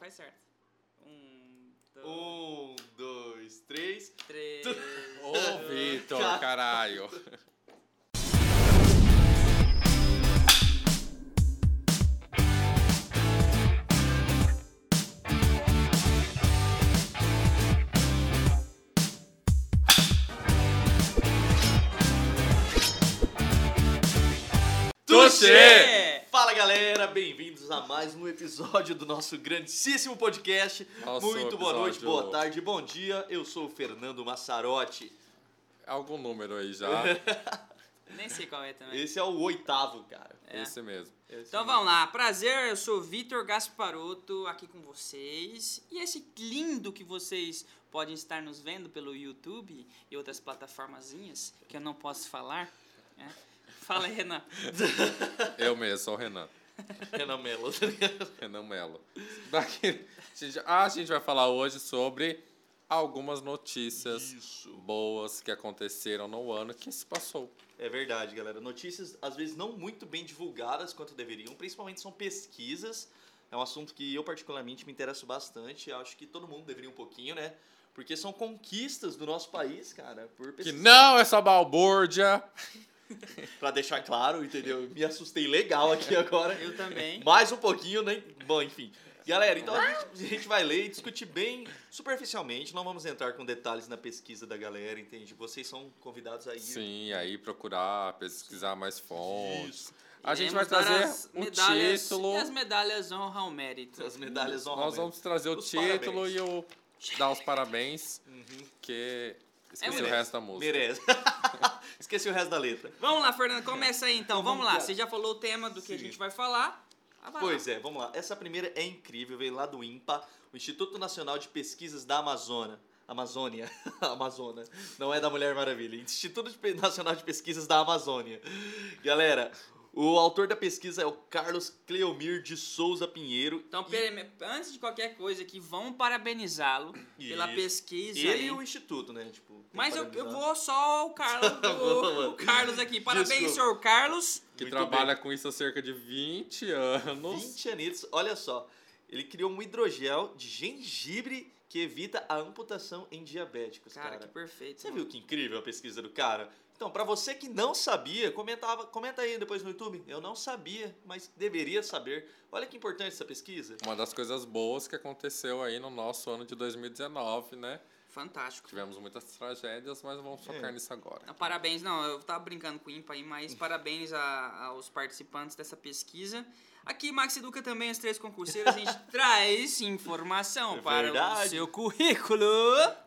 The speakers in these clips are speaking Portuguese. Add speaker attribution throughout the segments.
Speaker 1: mais certo. Um, dois,
Speaker 2: Um, dois, três.
Speaker 1: três.
Speaker 3: Ô, Vitor, caralho.
Speaker 1: Touché!
Speaker 2: Fala galera, bem-vindos a mais um episódio do nosso grandíssimo podcast.
Speaker 3: Nosso
Speaker 2: Muito boa noite,
Speaker 3: episódio.
Speaker 2: boa tarde, bom dia. Eu sou o Fernando Massarotti.
Speaker 3: Algum número aí já.
Speaker 1: Nem sei qual é também.
Speaker 2: Esse é o oitavo, cara.
Speaker 1: É.
Speaker 3: Esse mesmo.
Speaker 2: Esse
Speaker 1: Então vamos lá, prazer, eu sou Vitor Gasparotto aqui com vocês. E esse lindo que vocês podem estar nos vendo pelo YouTube e outras plataformazinhas que eu não posso falar. né? Fala aí, Renan.
Speaker 3: Eu mesmo, sou o Renan.
Speaker 2: Renan Melo. tá ligado?
Speaker 3: Renan Melo. Daqui, gente, ah, a gente vai falar hoje sobre algumas notícias
Speaker 2: Isso.
Speaker 3: boas que aconteceram no ano que se passou.
Speaker 2: É verdade, galera. Notícias às vezes não muito bem divulgadas quanto deveriam, principalmente são pesquisas. É um assunto que eu particularmente me interesso bastante. Acho que todo mundo deveria um pouquinho, né? Porque são conquistas do nosso país, cara, por
Speaker 3: Que
Speaker 2: pesquisas.
Speaker 3: não é só balbúrdia.
Speaker 2: Pra deixar claro, entendeu? Me assustei legal aqui agora.
Speaker 1: Eu também.
Speaker 2: Mais um pouquinho, né? Bom, enfim. Galera, então a gente, a gente vai ler e discutir bem superficialmente. Não vamos entrar com detalhes na pesquisa da galera, entende? Vocês são convidados aí.
Speaker 3: Sim, aí procurar, pesquisar mais fontes.
Speaker 2: Isso.
Speaker 3: A gente vai
Speaker 1: Iremos dar
Speaker 3: trazer
Speaker 1: as
Speaker 3: o
Speaker 1: medalhas-
Speaker 3: título.
Speaker 1: E as medalhas honram ao mérito.
Speaker 2: As medalhas honram.
Speaker 3: Nós vamos trazer o
Speaker 2: Os
Speaker 3: título
Speaker 2: parabéns.
Speaker 3: e o dar os parabéns,
Speaker 2: Uhum.
Speaker 3: que esqueci o
Speaker 1: merece,
Speaker 3: resto da música.
Speaker 2: Merece. Esqueci o resto da letra.
Speaker 1: Vamos lá, Fernando, começa aí então. Vamos lá.
Speaker 2: Vamos lá.
Speaker 1: Você já falou o tema do que a
Speaker 2: Sim.
Speaker 1: gente vai falar. Ah, vai lá.
Speaker 2: Pois é, vamos lá. Essa primeira é incrível, veio lá do INPA, o Instituto Nacional de Pesquisas da Amazônia. Amazônia. Amazônia. Não é da Mulher Maravilha. Instituto de Pe- Nacional de Pesquisas da Amazônia. Galera, o autor da pesquisa é o Carlos Cleomir de Souza Pinheiro.
Speaker 1: Então,
Speaker 2: E
Speaker 1: pera- antes de qualquer coisa aqui, vamos parabenizá-lo pela
Speaker 2: Isso.
Speaker 1: pesquisa.
Speaker 2: Ele
Speaker 1: aí.
Speaker 2: e o Instituto, né? Tipo, tem que
Speaker 1: Mas eu, eu
Speaker 2: parabenizar.
Speaker 1: vou só o Carlos, o, o Carlos aqui. Parabéns,
Speaker 2: Desculpa.
Speaker 1: senhor Carlos.
Speaker 3: Que
Speaker 2: Muito
Speaker 3: trabalha com isso há cerca de 20 anos.
Speaker 2: 20 anitos, olha só. Ele criou um hidrogel de gengibre que evita a amputação em diabéticos,
Speaker 1: Cara,
Speaker 2: cara.
Speaker 1: que perfeito.
Speaker 2: Você viu que incrível a pesquisa do cara? Então, pra você que não sabia, comentava, comenta aí depois no YouTube. Eu não sabia, mas deveria saber. Olha que importante essa pesquisa.
Speaker 3: Uma das coisas boas que aconteceu aí no nosso ano de 2019, né?
Speaker 1: Fantástico.
Speaker 3: Tivemos muitas tragédias, mas vamos focar
Speaker 2: É.
Speaker 3: nisso agora.
Speaker 1: Não, parabéns, não, eu tava brincando com o Impa aí, mas parabéns a- aos participantes dessa pesquisa. Aqui, Max Educa também, os três concurseiros, a gente traz informação
Speaker 2: É
Speaker 1: para o
Speaker 2: verdade.
Speaker 1: seu currículo.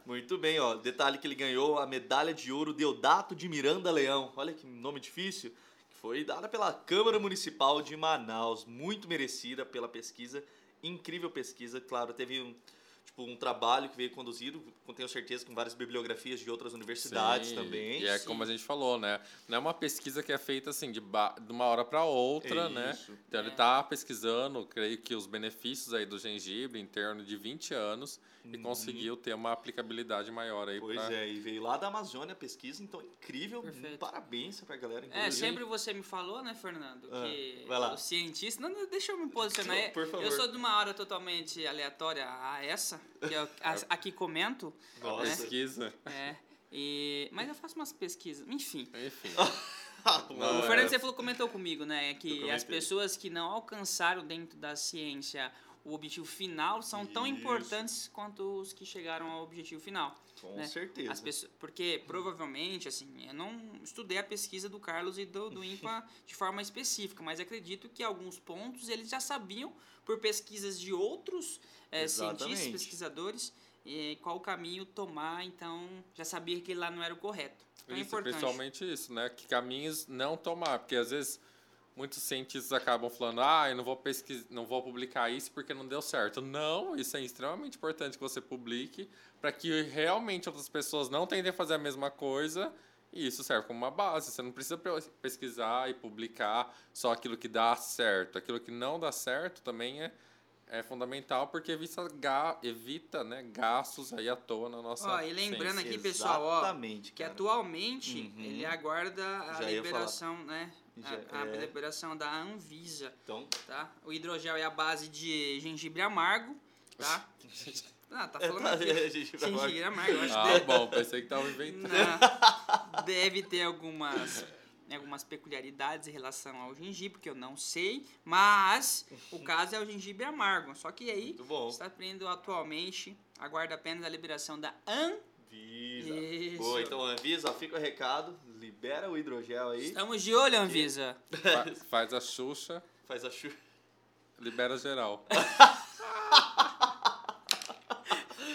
Speaker 2: Muito bem, ó. Detalhe que ele ganhou a medalha de ouro Deodato de Miranda Leão. Olha que nome difícil. Que foi dada pela Câmara Municipal de Manaus. Muito merecida pela pesquisa. Incrível pesquisa. Claro, teve um, tipo, um trabalho que veio conduzido, com- tenho certeza, com várias bibliografias de outras universidades
Speaker 3: Sim,
Speaker 2: também.
Speaker 3: E é
Speaker 1: sim.
Speaker 3: como a gente falou, né? Não é uma pesquisa que é feita assim de, ba- de uma hora para outra, né?
Speaker 2: Isso.
Speaker 3: Então ele
Speaker 1: É.
Speaker 3: tá pesquisando, creio que os benefícios aí do gengibre em torno de 20 anos e
Speaker 2: Uhum.
Speaker 3: conseguiu ter uma aplicabilidade maior aí
Speaker 2: Pois
Speaker 3: pra...
Speaker 2: é, e veio lá da Amazônia a pesquisa, então incrível.
Speaker 1: Perfeito.
Speaker 2: Parabéns pra galera.
Speaker 1: É,
Speaker 2: inclusive.
Speaker 1: sempre você me falou, né, Fernando,
Speaker 2: Ah,
Speaker 1: que
Speaker 2: vai lá.
Speaker 1: o cientista... Não, não, deixa eu me posicionar.
Speaker 2: Não, por favor.
Speaker 1: Eu sou de uma hora totalmente aleatória a essa, que eu a-
Speaker 2: É.
Speaker 1: aqui comento.
Speaker 3: a
Speaker 2: Nossa.
Speaker 3: pesquisa.
Speaker 1: É, e, mas eu faço umas pesquisas, enfim.
Speaker 3: Enfim.
Speaker 1: O
Speaker 3: Não, é.
Speaker 1: Fernando, você falou, comentou comigo, né? Que
Speaker 2: Eu
Speaker 1: as
Speaker 2: comentei.
Speaker 1: pessoas que não alcançaram dentro da ciência o objetivo final são tão
Speaker 2: Isso.
Speaker 1: importantes quanto os que chegaram ao objetivo final.
Speaker 2: Com
Speaker 1: né?
Speaker 2: certeza.
Speaker 1: As pessoas, porque provavelmente, assim, eu não estudei a pesquisa do Carlos e do, do IMPA de forma específica, mas acredito que alguns pontos eles já sabiam por pesquisas de outros eh, cientistas,
Speaker 2: Exatamente.
Speaker 1: pesquisadores, eh, qual caminho tomar, então já sabia que lá não era o correto. Então, é
Speaker 3: Isso,
Speaker 1: importante.
Speaker 3: principalmente isso, né? Que caminhos não tomar, porque às vezes muitos cientistas acabam falando, ah, eu não vou pesquisar, não vou publicar isso porque não deu certo. Não, isso é extremamente importante que você publique para que realmente outras pessoas não tentem fazer a mesma coisa. E isso serve como uma base. Você não precisa pe- pesquisar e publicar só aquilo que dá certo. Aquilo que não dá certo também é, é fundamental porque evita, ga- evita né, gastos aí à toa na nossa.
Speaker 1: Ó, e lembrando
Speaker 3: ciência.
Speaker 1: aqui, pessoal, ó,
Speaker 2: Exatamente,
Speaker 1: Que é
Speaker 2: cara.
Speaker 1: atualmente
Speaker 2: Uhum.
Speaker 1: ele aguarda a
Speaker 2: Já ia
Speaker 1: liberação, né?
Speaker 2: Já-
Speaker 1: a, a
Speaker 2: é.
Speaker 1: liberação da Anvisa,
Speaker 2: Então,
Speaker 1: tá? O hidrogel é a base de gengibre amargo, tá? Não, tá falando
Speaker 2: A
Speaker 1: aqui.
Speaker 2: gente vai falar-
Speaker 1: Gengibre amargo, eu acho
Speaker 3: Ah, bom, pensei que tava
Speaker 2: então.
Speaker 3: inventando.
Speaker 1: Na- deve ter algumas, algumas peculiaridades em relação ao gengibre, que eu não sei, mas o caso é o gengibre amargo. Só que aí
Speaker 2: Muito bom.
Speaker 1: está prendendo atualmente, aguarda apenas a liberação da AN.
Speaker 2: Visa.
Speaker 1: Isso.
Speaker 2: Boa, então Anvisa, fica o recado, libera o hidrogel aí,
Speaker 1: Estamos de olho, Anvisa.
Speaker 3: Fa- faz a Xuxa,
Speaker 2: faz a chuva.
Speaker 3: libera geral.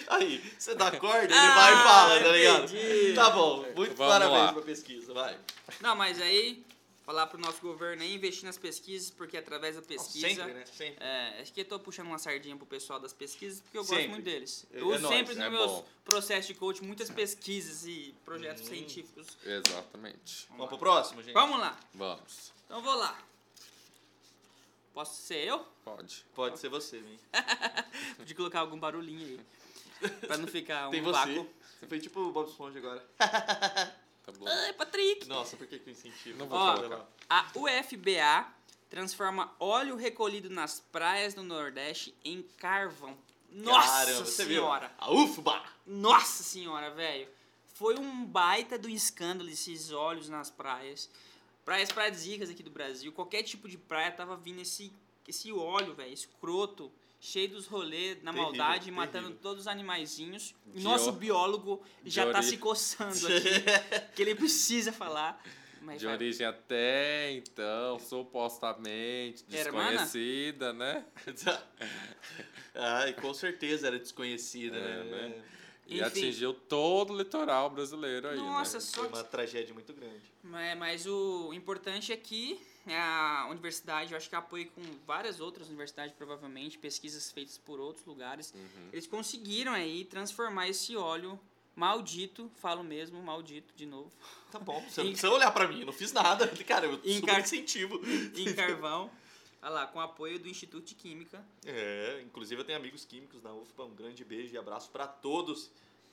Speaker 2: Aí, você dá corda, ele
Speaker 1: Ah,
Speaker 2: vai e fala, tá ligado?
Speaker 1: entendi.
Speaker 2: Tá bom, muito
Speaker 3: Vamos
Speaker 2: parabéns
Speaker 3: lá.
Speaker 2: pra pesquisa, vai.
Speaker 1: Não, mas aí, falar pro nosso governo aí, investir nas pesquisas, porque através da pesquisa...
Speaker 2: Sempre, né? Sempre.
Speaker 1: É, acho que eu tô puxando uma sardinha pro pessoal das pesquisas, porque eu
Speaker 2: Sempre.
Speaker 1: gosto muito deles.
Speaker 2: É-
Speaker 1: Eu
Speaker 2: é
Speaker 1: uso
Speaker 2: nóis,
Speaker 1: sempre
Speaker 3: é
Speaker 1: nos meus
Speaker 3: bom.
Speaker 1: processos de coach muitas pesquisas e projetos científicos.
Speaker 3: Exatamente.
Speaker 2: Vamos pro próximo, gente?
Speaker 1: Vamos lá,
Speaker 3: Vamos.
Speaker 1: então vou lá. Posso ser eu?
Speaker 3: Pode.
Speaker 2: Pode ser você, hein?
Speaker 1: É Podia colocar algum barulhinho aí. pra não ficar um
Speaker 2: Tem você.
Speaker 1: vácuo.
Speaker 2: Você foi tipo o Bob Esponja agora.
Speaker 3: Tá bom.
Speaker 1: Ai, Patrick!
Speaker 2: Nossa, por que que eu incentivo?
Speaker 3: Não vou
Speaker 1: Ó,
Speaker 2: Vai lá.
Speaker 3: colocar.
Speaker 1: A UFBA transforma óleo recolhido nas praias do Nordeste em carvão. Nossa
Speaker 2: Caramba, você viu?
Speaker 1: senhora!
Speaker 2: A UFBA!
Speaker 1: Nossa senhora, velho. Foi um baita do escândalo esses olhos nas praias. Praias paradisíacas aqui do Brasil. Qualquer tipo de praia tava vindo esse, esse óleo, velho, escroto, cheio dos rolês na
Speaker 2: Terrível,
Speaker 1: maldade,
Speaker 2: terrível.
Speaker 1: matando todos os animaizinhos. E
Speaker 3: De
Speaker 1: Nosso
Speaker 3: or-
Speaker 1: biólogo já
Speaker 3: de
Speaker 1: tá
Speaker 3: ori-
Speaker 1: se coçando aqui, que ele precisa falar. Mas
Speaker 3: De
Speaker 1: vai-
Speaker 3: origem até então, supostamente
Speaker 1: Hermana?
Speaker 3: desconhecida, né?
Speaker 2: Ai, com certeza era desconhecida,
Speaker 3: É,
Speaker 2: né?
Speaker 3: né? E
Speaker 1: Enfim.
Speaker 3: atingiu todo o litoral brasileiro aí,
Speaker 1: Nossa,
Speaker 3: né?
Speaker 1: só
Speaker 2: Foi
Speaker 1: que
Speaker 2: uma tragédia muito grande.
Speaker 1: Mas, mas o importante é que a universidade, eu acho que apoio com várias outras universidades, provavelmente, pesquisas feitas por outros lugares, eles conseguiram aí transformar esse óleo maldito, falo mesmo, maldito de novo,
Speaker 2: Tá bom, você
Speaker 1: Em-
Speaker 2: não precisa olhar pra mim, eu não fiz nada. Cara, eu
Speaker 1: Em
Speaker 2: super
Speaker 1: car-
Speaker 2: incentivo.
Speaker 1: em carvão. Olha lá, com apoio do Instituto de Química.
Speaker 2: É, inclusive eu tenho amigos químicos na UFBA, um grande beijo e abraço pra todos.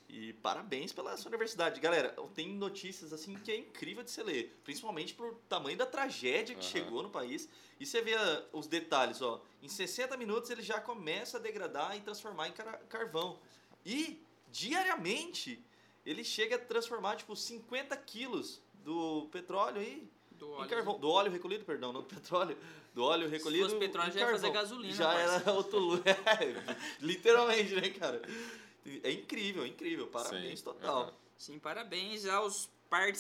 Speaker 2: E parabéns pela sua universidade. Galera, tem notícias assim que é incrível de se ler, principalmente pro tamanho da tragédia que
Speaker 3: Aham.
Speaker 2: chegou no país. E você vê ah, os detalhes, ó. Em 60 minutos ele já começa a degradar e transformar em cara- carvão. E diariamente ele chega a transformar tipo 50 quilos do petróleo aí
Speaker 1: Do
Speaker 2: em carvão, do óleo recolhido, perdão, não do petróleo. Do óleo recolhido.
Speaker 1: fosse petróleo,
Speaker 2: em
Speaker 1: já ia fazer
Speaker 2: carvão.
Speaker 1: gasolina,
Speaker 2: Já
Speaker 1: parceiro.
Speaker 2: era outro lu- É, literalmente, né, cara? É incrível, é incrível. Parabéns
Speaker 3: Sim,
Speaker 2: total.
Speaker 3: aham.
Speaker 1: Sim, parabéns aos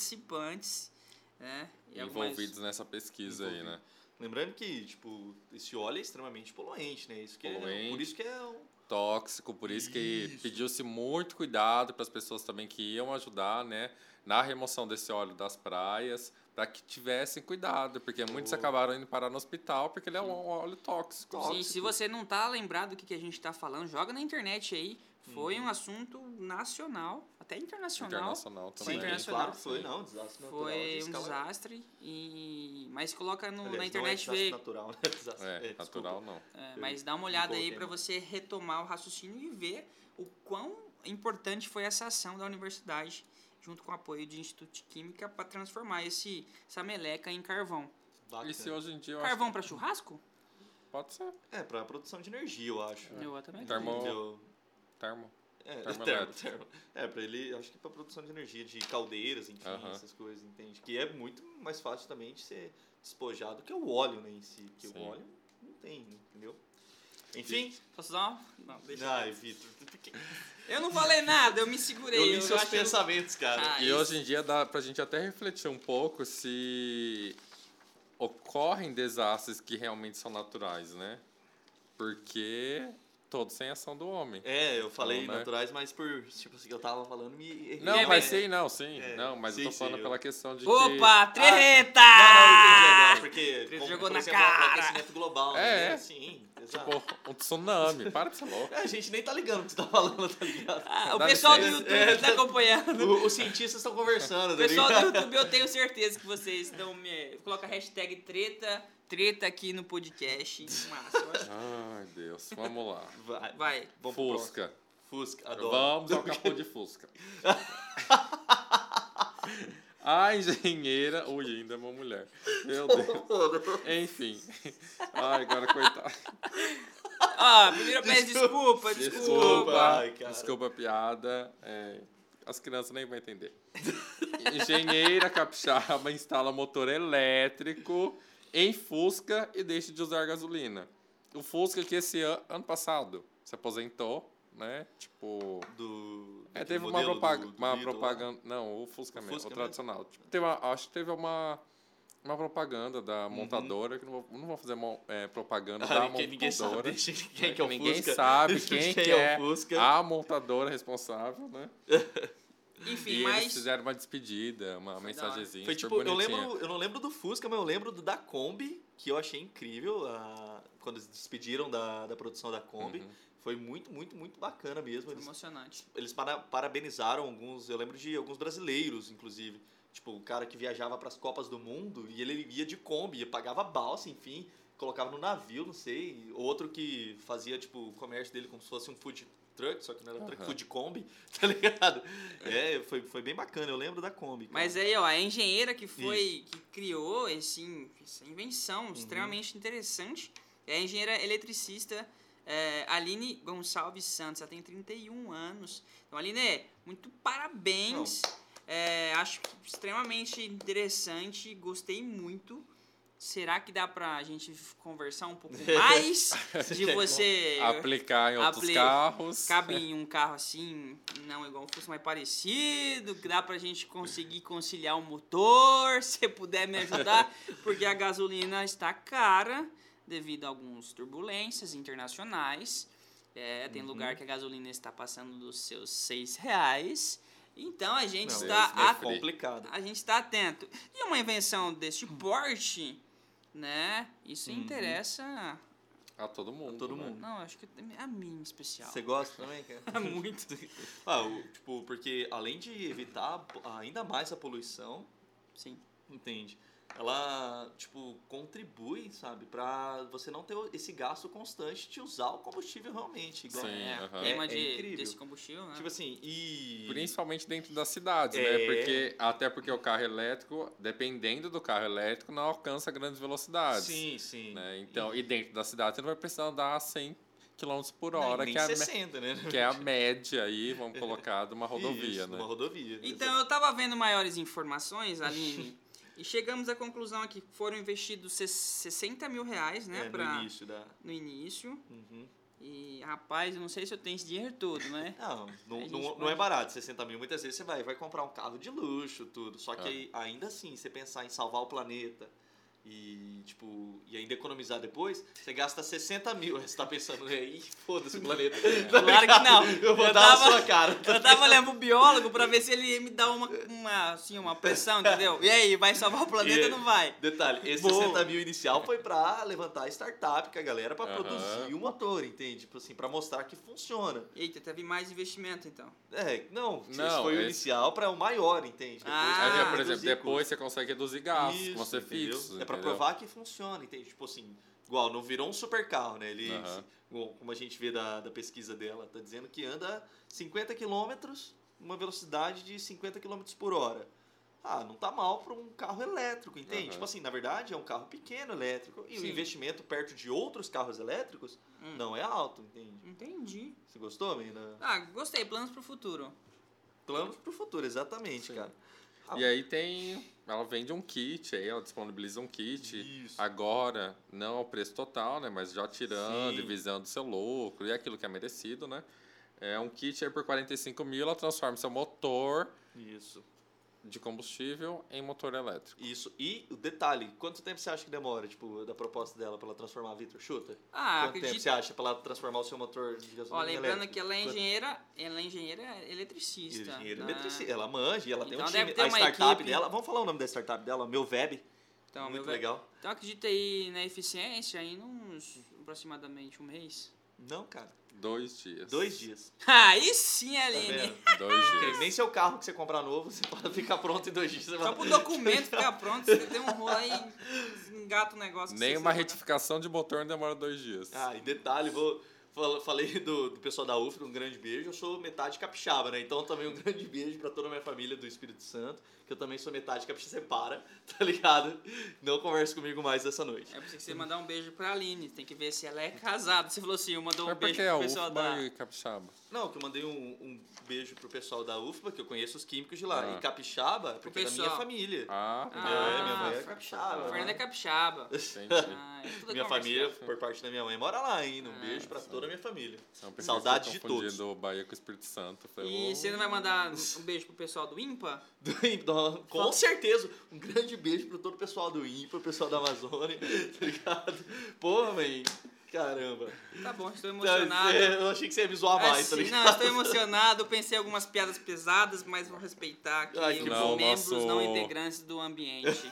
Speaker 1: participantes, né? E algumas-
Speaker 3: Envolvidos nessa pesquisa aí, né?
Speaker 2: Lembrando que, tipo, esse óleo é extremamente poluente, né? Isso que é-
Speaker 3: Poluente.
Speaker 2: por isso que é um.
Speaker 3: Tóxico, por isso, que
Speaker 2: Isso.
Speaker 3: pediu-se muito cuidado para as pessoas também que iam ajudar, né? Na remoção desse óleo das praias, para que tivessem cuidado, porque muitos
Speaker 2: Boa.
Speaker 3: acabaram indo parar no hospital porque ele é um óleo tóxico.
Speaker 1: Sim,
Speaker 3: assim,
Speaker 1: se você não tá lembrado do que, que a gente tá falando, joga na internet aí. Foi um assunto nacional, até internacional.
Speaker 3: Internacional
Speaker 1: Sim,
Speaker 3: também.
Speaker 1: internacional.
Speaker 2: claro, foi, não, desastre natural. de
Speaker 1: Foi um
Speaker 2: escala-
Speaker 1: desastre. E... Mas coloca no-
Speaker 2: Aliás,
Speaker 1: na
Speaker 2: não é
Speaker 1: internet,
Speaker 2: desastre
Speaker 1: vê.
Speaker 2: natural, né? Desastre,
Speaker 3: É,
Speaker 2: é, desculpa.
Speaker 3: natural não.
Speaker 1: É,
Speaker 2: Eu
Speaker 1: mas dá uma olhada
Speaker 2: coloquei,
Speaker 1: aí pra
Speaker 2: né?
Speaker 1: você retomar o raciocínio e ver o quão importante foi essa ação da universidade, junto com o apoio do Instituto de Química, pra transformar esse, essa meleca em carvão.
Speaker 2: Bacana.
Speaker 3: E se hoje em dia eu acho
Speaker 1: Carvão pra churrasco?
Speaker 3: que pode ser
Speaker 2: É, pra produção de energia, eu acho.
Speaker 1: Eu também.
Speaker 3: Tá Termo-
Speaker 2: Entendeu?
Speaker 3: termo.
Speaker 2: É,
Speaker 3: Termo
Speaker 2: termo,
Speaker 3: elétrico.
Speaker 2: termo. É, pra ele, acho que pra produção de energia, de caldeiras, enfim,
Speaker 3: Aham.
Speaker 2: essas coisas, entende? Que é muito mais fácil também de ser despojado que o óleo, né, em si. Porque
Speaker 3: Sim.
Speaker 2: o óleo não tem, entendeu? Enfim,
Speaker 1: Posso dar uma? Não, deixa.
Speaker 2: ai, Vitor,
Speaker 1: Eu não falei nada, eu me segurei.
Speaker 2: eu li seus
Speaker 1: acho-
Speaker 2: pensamentos, cara.
Speaker 1: Ah,
Speaker 3: E
Speaker 1: isso.
Speaker 3: hoje em dia dá pra gente até refletir um pouco se ocorrem desastres que realmente são naturais, né? Porque todos sem ação do homem.
Speaker 2: É, eu falei
Speaker 3: Então, né?
Speaker 2: naturais, mas por, tipo assim, eu tava falando me...
Speaker 3: Não,
Speaker 1: É, mas-
Speaker 3: mas sim, não, sim.
Speaker 2: É,
Speaker 3: não, mas eu
Speaker 2: sim,
Speaker 3: tô
Speaker 2: sim,
Speaker 3: falando
Speaker 2: eu-
Speaker 3: pela questão de
Speaker 1: Opa, treta!
Speaker 2: Ah, não, eu entendi agora, porque...
Speaker 1: Ele
Speaker 2: como,
Speaker 1: jogou
Speaker 2: por
Speaker 1: na
Speaker 2: exemplo, o
Speaker 1: cara.
Speaker 2: aquecimento global,
Speaker 3: É,
Speaker 2: né?
Speaker 3: é.
Speaker 2: Sim,
Speaker 3: que,
Speaker 2: exato.
Speaker 3: tipo, um tsunami. Para de ser louco.
Speaker 2: É, a gente nem tá ligando o que você tá falando, tá ligado?
Speaker 1: Ah, o
Speaker 3: Dá
Speaker 1: pessoal do
Speaker 3: licença.
Speaker 1: YouTube tá acompanhando.
Speaker 2: O- os cientistas estão conversando,
Speaker 1: O
Speaker 2: tá
Speaker 1: pessoal
Speaker 2: ligado?
Speaker 1: do YouTube, eu tenho certeza que vocês estão me. Coloca a hashtag treta, treta aqui no podcast. Um Massa.
Speaker 3: Ai, Deus. Vamos lá.
Speaker 2: Vai.
Speaker 1: Vai.
Speaker 2: Vamos pro próximo.
Speaker 3: Fusca.
Speaker 2: Fusca,
Speaker 3: Vamos ao capô de Fusca. A engenheira. Ui, ainda é uma mulher. Meu Deus. Enfim. Ai, agora coitado.
Speaker 1: Ah, primeiro peço desculpa, desculpa.
Speaker 3: Desculpa,
Speaker 2: Ai, cara.
Speaker 3: desculpa a piada. é, as crianças nem vão entender. Engenheira capixaba instala motor elétrico em Fusca e deixa de usar gasolina. O Fusca que esse ano, ano passado se aposentou, né? Tipo.
Speaker 2: Do,
Speaker 3: É,
Speaker 2: daquele
Speaker 3: teve uma,
Speaker 2: modelo
Speaker 3: propaga-
Speaker 2: do- do
Speaker 3: uma
Speaker 2: Beatle lá.
Speaker 3: propaganda. Não, o Fusca
Speaker 2: O
Speaker 3: mesmo,
Speaker 2: Fusca
Speaker 3: o tradicional. Tipo, teve uma- acho que teve uma, uma propaganda da montadora, que não vou, não vou fazer mo- é, propaganda da
Speaker 2: Ah, Uhum. que
Speaker 3: montadora.
Speaker 2: ninguém sabe quem
Speaker 3: né,
Speaker 2: que é o
Speaker 3: ninguém
Speaker 2: Fusca.
Speaker 3: sabe quem, que é,
Speaker 2: o Fusca.
Speaker 3: a montadora responsável, né?
Speaker 1: Enfim,
Speaker 3: E eles
Speaker 1: mas.
Speaker 3: fizeram uma despedida, uma mensagenzinha.
Speaker 2: Foi
Speaker 3: Foi
Speaker 2: tipo, eu lembro, eu não lembro do Fusca, mas eu lembro do da Kombi, que eu achei incrível a- quando eles despediram da, da produção da Kombi.
Speaker 3: Uhum.
Speaker 2: Foi muito, muito, muito bacana mesmo.
Speaker 1: Foi
Speaker 2: Eles,
Speaker 1: emocionante.
Speaker 2: eles para- parabenizaram alguns, eu lembro de alguns brasileiros, inclusive. Tipo, o cara que viajava para as Copas do Mundo e ele ia de Kombi, pagava balsa, enfim, colocava no navio, não sei. Outro que fazia, tipo, o comércio dele como se fosse um food truck, só que não era truck,
Speaker 3: Aham.
Speaker 2: food Kombi, tá ligado? É, foi, foi bem bacana, eu lembro da Kombi. cara.
Speaker 1: Mas aí, ó, a engenheira que foi, que criou esse, in- essa invenção extremamente interessante é a engenheira eletricista é, Aline Gonçalves Santos. Ela tem 31 anos. Então, Aline, muito parabéns. É, acho extremamente interessante. Gostei muito. Será que dá pra gente conversar um pouco mais de
Speaker 2: É.
Speaker 1: você
Speaker 3: Aplicar em outros
Speaker 1: Apli-
Speaker 3: carros.
Speaker 1: cabe em um carro assim, não igual um Fusca, mas parecido, que dá pra gente conseguir conciliar o motor, se puder me ajudar, porque a gasolina está cara devido a algumas turbulências internacionais. É,
Speaker 2: Uhum.
Speaker 1: tem lugar que a gasolina está passando dos seus seis reais. Então a gente Ah,
Speaker 2: Não, é
Speaker 1: está
Speaker 3: Deus me
Speaker 1: a
Speaker 3: free.
Speaker 2: complicado.
Speaker 1: a gente está atento. E uma invenção deste porte, né? Isso
Speaker 2: Hum. Uhum.
Speaker 1: interessa.
Speaker 3: A todo mundo.
Speaker 2: todo
Speaker 3: né?
Speaker 2: mundo.
Speaker 1: Não, acho que é a mim em especial.
Speaker 2: Você gosta também, cara?
Speaker 1: Muito.
Speaker 2: ah, o- tipo, porque além de evitar po- ainda mais a poluição,
Speaker 1: Sim.
Speaker 2: entende? Ela, tipo, contribui, sabe, pra você não ter o- esse gasto constante de usar o combustível realmente. Igual.
Speaker 3: Sim.
Speaker 1: é,
Speaker 3: aham.
Speaker 1: queima
Speaker 2: É- é
Speaker 1: de,
Speaker 2: incrível.
Speaker 1: desse combustível, né?
Speaker 2: Tipo assim, e.
Speaker 3: Principalmente dentro das cidades,
Speaker 2: É.
Speaker 3: né? Porque, até porque o carro elétrico, dependendo do carro elétrico, não alcança grandes velocidades.
Speaker 2: Sim, sim.
Speaker 3: né? Então, e dentro da cidade você não vai precisar andar a 100 km por hora,
Speaker 2: Nem
Speaker 3: que, é a me-
Speaker 2: 60, né?
Speaker 3: que é a média aí, vamos colocar, de uma rodovia,
Speaker 2: Isso,
Speaker 3: né?
Speaker 2: Uma rodovia.
Speaker 1: então, eu tava vendo maiores informações, Aline, e chegamos à conclusão aqui que foram investidos ses- 60 mil reais, né?
Speaker 2: né? É,
Speaker 1: pra-
Speaker 2: no início da.
Speaker 1: no início.
Speaker 2: Uhum.
Speaker 1: E, rapaz, eu não sei se eu tenho esse dinheiro todo, né?
Speaker 2: Não, não,
Speaker 1: gente
Speaker 2: não,
Speaker 1: pode-
Speaker 2: não é barato, 60 mil. Muitas vezes você vai, vai comprar um carro de luxo, tudo. Só que
Speaker 3: Ah.
Speaker 2: aí, ainda assim, você pensar em salvar o planeta e, tipo, e ainda economizar depois, você gasta 60 mil. Aí Você tá pensando, né? Ih, foda-se o planeta.
Speaker 3: É.
Speaker 2: Tá
Speaker 1: Claro que
Speaker 2: ligado?
Speaker 1: não.
Speaker 2: Eu vou
Speaker 1: Eu
Speaker 2: dar
Speaker 1: tava-
Speaker 2: na sua cara.
Speaker 1: Eu tava olhando pro biólogo pra ver se ele ia me dar uma, uma, assim, uma pressão, entendeu? E aí, vai salvar o planeta ou não vai?
Speaker 2: Detalhe, esse
Speaker 1: Boa.
Speaker 2: 60 mil inicial foi pra levantar a startup com a galera pra
Speaker 3: Aham.
Speaker 2: produzir o motor, entende? Tipo assim, pra mostrar que funciona.
Speaker 1: Eita, teve mais investimento, então.
Speaker 2: É, não, esse
Speaker 3: Não,
Speaker 2: foi o
Speaker 3: esse-
Speaker 2: inicial pra o maior, entende? Depois
Speaker 1: Ah.
Speaker 2: pra
Speaker 3: Aí, por
Speaker 2: reduzir
Speaker 3: exemplo,
Speaker 2: custos.
Speaker 3: depois você consegue reduzir gastos,
Speaker 2: Isso,
Speaker 3: você
Speaker 2: entendeu?
Speaker 3: fixo.
Speaker 2: É pra
Speaker 3: entendeu?
Speaker 2: provar que funciona, entende? Tipo assim, igual, não virou um super carro, né? Ele,
Speaker 3: Aham.
Speaker 2: bom, como a gente vê da, da pesquisa dela, tá dizendo que anda 50 km, uma velocidade de 50 km por hora. Ah, não tá mal pra um carro elétrico, entende?
Speaker 3: Aham.
Speaker 2: Tipo assim, na verdade é um carro pequeno elétrico. E o
Speaker 1: Sim.
Speaker 2: investimento perto de outros carros elétricos
Speaker 1: Hum.
Speaker 2: não é alto, entende?
Speaker 1: Entendi.
Speaker 2: Você gostou, menina?
Speaker 1: Ah, gostei. Planos pro futuro.
Speaker 2: Planos pro futuro, exatamente,
Speaker 3: Sim.
Speaker 2: cara.
Speaker 3: E aí tem. Ela vende um kit, aí ela disponibiliza um kit.
Speaker 2: Isso.
Speaker 3: Agora, não ao preço total, né? Mas já tirando
Speaker 2: Sim.
Speaker 3: e visando seu lucro e aquilo que é merecido, né? É um kit aí por 45 mil, ela transforma seu motor
Speaker 2: Isso.
Speaker 3: de combustível em motor elétrico.
Speaker 2: Isso. E o detalhe, quanto tempo você acha que demora, tipo, da proposta dela pra ela transformar a Vitor? Chuta.
Speaker 1: Ah,
Speaker 2: quanto tempo
Speaker 1: acredito.
Speaker 2: você acha pra ela transformar o seu motor de gasolina?
Speaker 1: Ó, lembrando
Speaker 2: elétrico?
Speaker 1: que ela é
Speaker 2: Quanto-
Speaker 1: engenheira, ela é engenheira eletricista.
Speaker 2: Engenheira
Speaker 1: né?
Speaker 2: eletricista. Ela manja, e ela tem um
Speaker 1: Então
Speaker 2: time.
Speaker 1: deve ter
Speaker 2: a
Speaker 1: uma
Speaker 2: startup
Speaker 1: equipe.
Speaker 2: dela, vamos falar o nome da startup dela, Meu Web.
Speaker 1: Então,
Speaker 2: muito
Speaker 1: meu velho,
Speaker 2: legal.
Speaker 1: Então acredita aí na eficiência em uns aproximadamente um mês.
Speaker 2: Não, cara.
Speaker 3: Dois dias.
Speaker 2: Dois dias.
Speaker 1: Aí sim,
Speaker 2: Tá
Speaker 1: Aline.
Speaker 2: vendo?
Speaker 3: Dois dias.
Speaker 2: Nem seu carro que você comprar novo, você pode ficar pronto em dois dias. Você
Speaker 1: Só
Speaker 2: vai-
Speaker 1: pro documento ficar pronto, você tem um rolo aí, engata o negócio. que
Speaker 3: Nem
Speaker 1: você
Speaker 3: uma
Speaker 1: se-
Speaker 3: retificação de motor não demora dois dias.
Speaker 2: Ah, e Ah, detalhe, vou, fal- falei do, do pessoal da UFRA, um grande beijo. Eu sou metade capixaba, né? Então também um grande beijo pra toda a minha família do Espírito Santo, que eu também sou metade capixaba. Você para, tá ligado? Não converse comigo mais essa noite.
Speaker 1: É pra você mandar um beijo pra Aline. Tem que ver se ela é casada. Você falou assim, eu
Speaker 2: então
Speaker 1: mandou um
Speaker 3: Mas por
Speaker 1: beijo
Speaker 3: que a
Speaker 1: pro pessoal da...
Speaker 3: UFBA e Capixaba?
Speaker 2: Não, que eu mandei um, um beijo pro pessoal da UFBA, que eu conheço os químicos de lá.
Speaker 3: Ah.
Speaker 2: E capixaba, porque é da minha
Speaker 1: pessoal.
Speaker 2: família.
Speaker 3: Ah,
Speaker 2: é, minha mãe é
Speaker 1: Ah,
Speaker 2: capixaba.
Speaker 1: O Fernando é
Speaker 2: né?
Speaker 1: capixaba.
Speaker 3: entendi.
Speaker 1: Ah, é tudo
Speaker 2: Minha
Speaker 1: conversado.
Speaker 2: família, por parte da minha mãe, mora lá ainda.
Speaker 1: Ah,
Speaker 2: Um beijo pra
Speaker 3: sim.
Speaker 2: toda a minha família.
Speaker 3: Não, pensei
Speaker 2: Saudade
Speaker 3: um que
Speaker 2: de
Speaker 3: eu confundi
Speaker 2: todos.
Speaker 3: do Bahia com o Espírito Santo. Falei,
Speaker 1: E
Speaker 3: "Oh,
Speaker 1: você não vai mandar um beijo pro pessoal do IMPA?
Speaker 2: Do Impa, com certeza. Um grande beijo pro todo o pessoal do IMPA, o pessoal da Amazônia, tá ligado? Pô, mãe, caramba.
Speaker 1: Tá bom, estou
Speaker 2: Tá,
Speaker 1: emocionado.
Speaker 2: cê- Eu achei que você ia me zoar mais, tá
Speaker 1: Assim,
Speaker 2: ligado?
Speaker 1: não, eu estou emocionado, pensei em algumas piadas pesadas, mas vou respeitar aqui
Speaker 2: Ai, que
Speaker 1: os
Speaker 3: bom.
Speaker 1: membros
Speaker 3: Nosso-
Speaker 1: não integrantes do ambiente.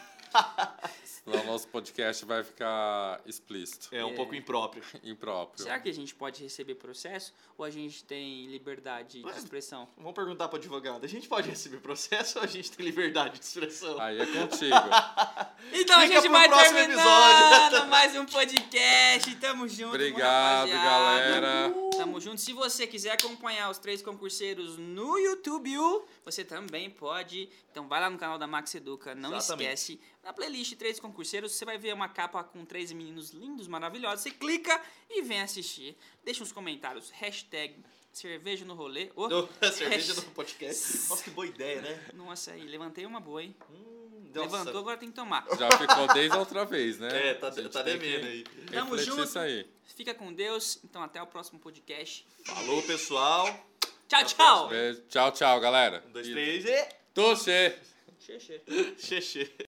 Speaker 3: Senão o nosso podcast vai ficar explícito,
Speaker 2: É um
Speaker 1: É.
Speaker 2: pouco impróprio.
Speaker 3: impróprio.
Speaker 1: Será que a gente pode receber processo ou a gente tem liberdade de expressão?
Speaker 2: Vamos perguntar pro advogado. A gente pode receber processo ou a gente tem liberdade de expressão?
Speaker 3: Aí é contigo.
Speaker 1: Então
Speaker 2: Fica
Speaker 1: a gente
Speaker 2: pro
Speaker 1: vai
Speaker 2: próximo
Speaker 1: terminando mais um podcast. Tamo junto,
Speaker 3: Obrigado,
Speaker 1: rapaziada.
Speaker 3: galera.
Speaker 1: Tamo junto. Se você quiser acompanhar os três concurseiros no YouTube, você também pode. Então vai lá no canal da Max Educa, não
Speaker 2: Exatamente.
Speaker 1: esquece. Na playlist Três Concurseiros, você vai ver uma capa com três meninos lindos, maravilhosos. Você clica e vem assistir. Deixa uns comentários. Hashtag cerveja no rolê. Ô,
Speaker 2: Não, a cerveja no podcast? Nossa, que boa ideia, né?
Speaker 1: Nossa, aí, levantei uma boa, hein?
Speaker 2: Hum,
Speaker 1: Levantou, agora tem que tomar.
Speaker 3: Já ficou desde a outra vez, né?
Speaker 2: É, tá,
Speaker 3: A gente
Speaker 2: tá
Speaker 3: tem que
Speaker 2: devendo aí.
Speaker 1: Tamo
Speaker 3: refletir
Speaker 1: junto.
Speaker 3: isso aí.
Speaker 1: Fica com Deus. Então até o próximo podcast.
Speaker 2: Falou, pessoal.
Speaker 1: Tchau,
Speaker 2: Até a
Speaker 1: tchau.
Speaker 3: Beijo. Tchau, tchau, galera.
Speaker 2: Um, dois, três e...
Speaker 3: Tosse!
Speaker 1: Xê, xê.
Speaker 2: Xexê.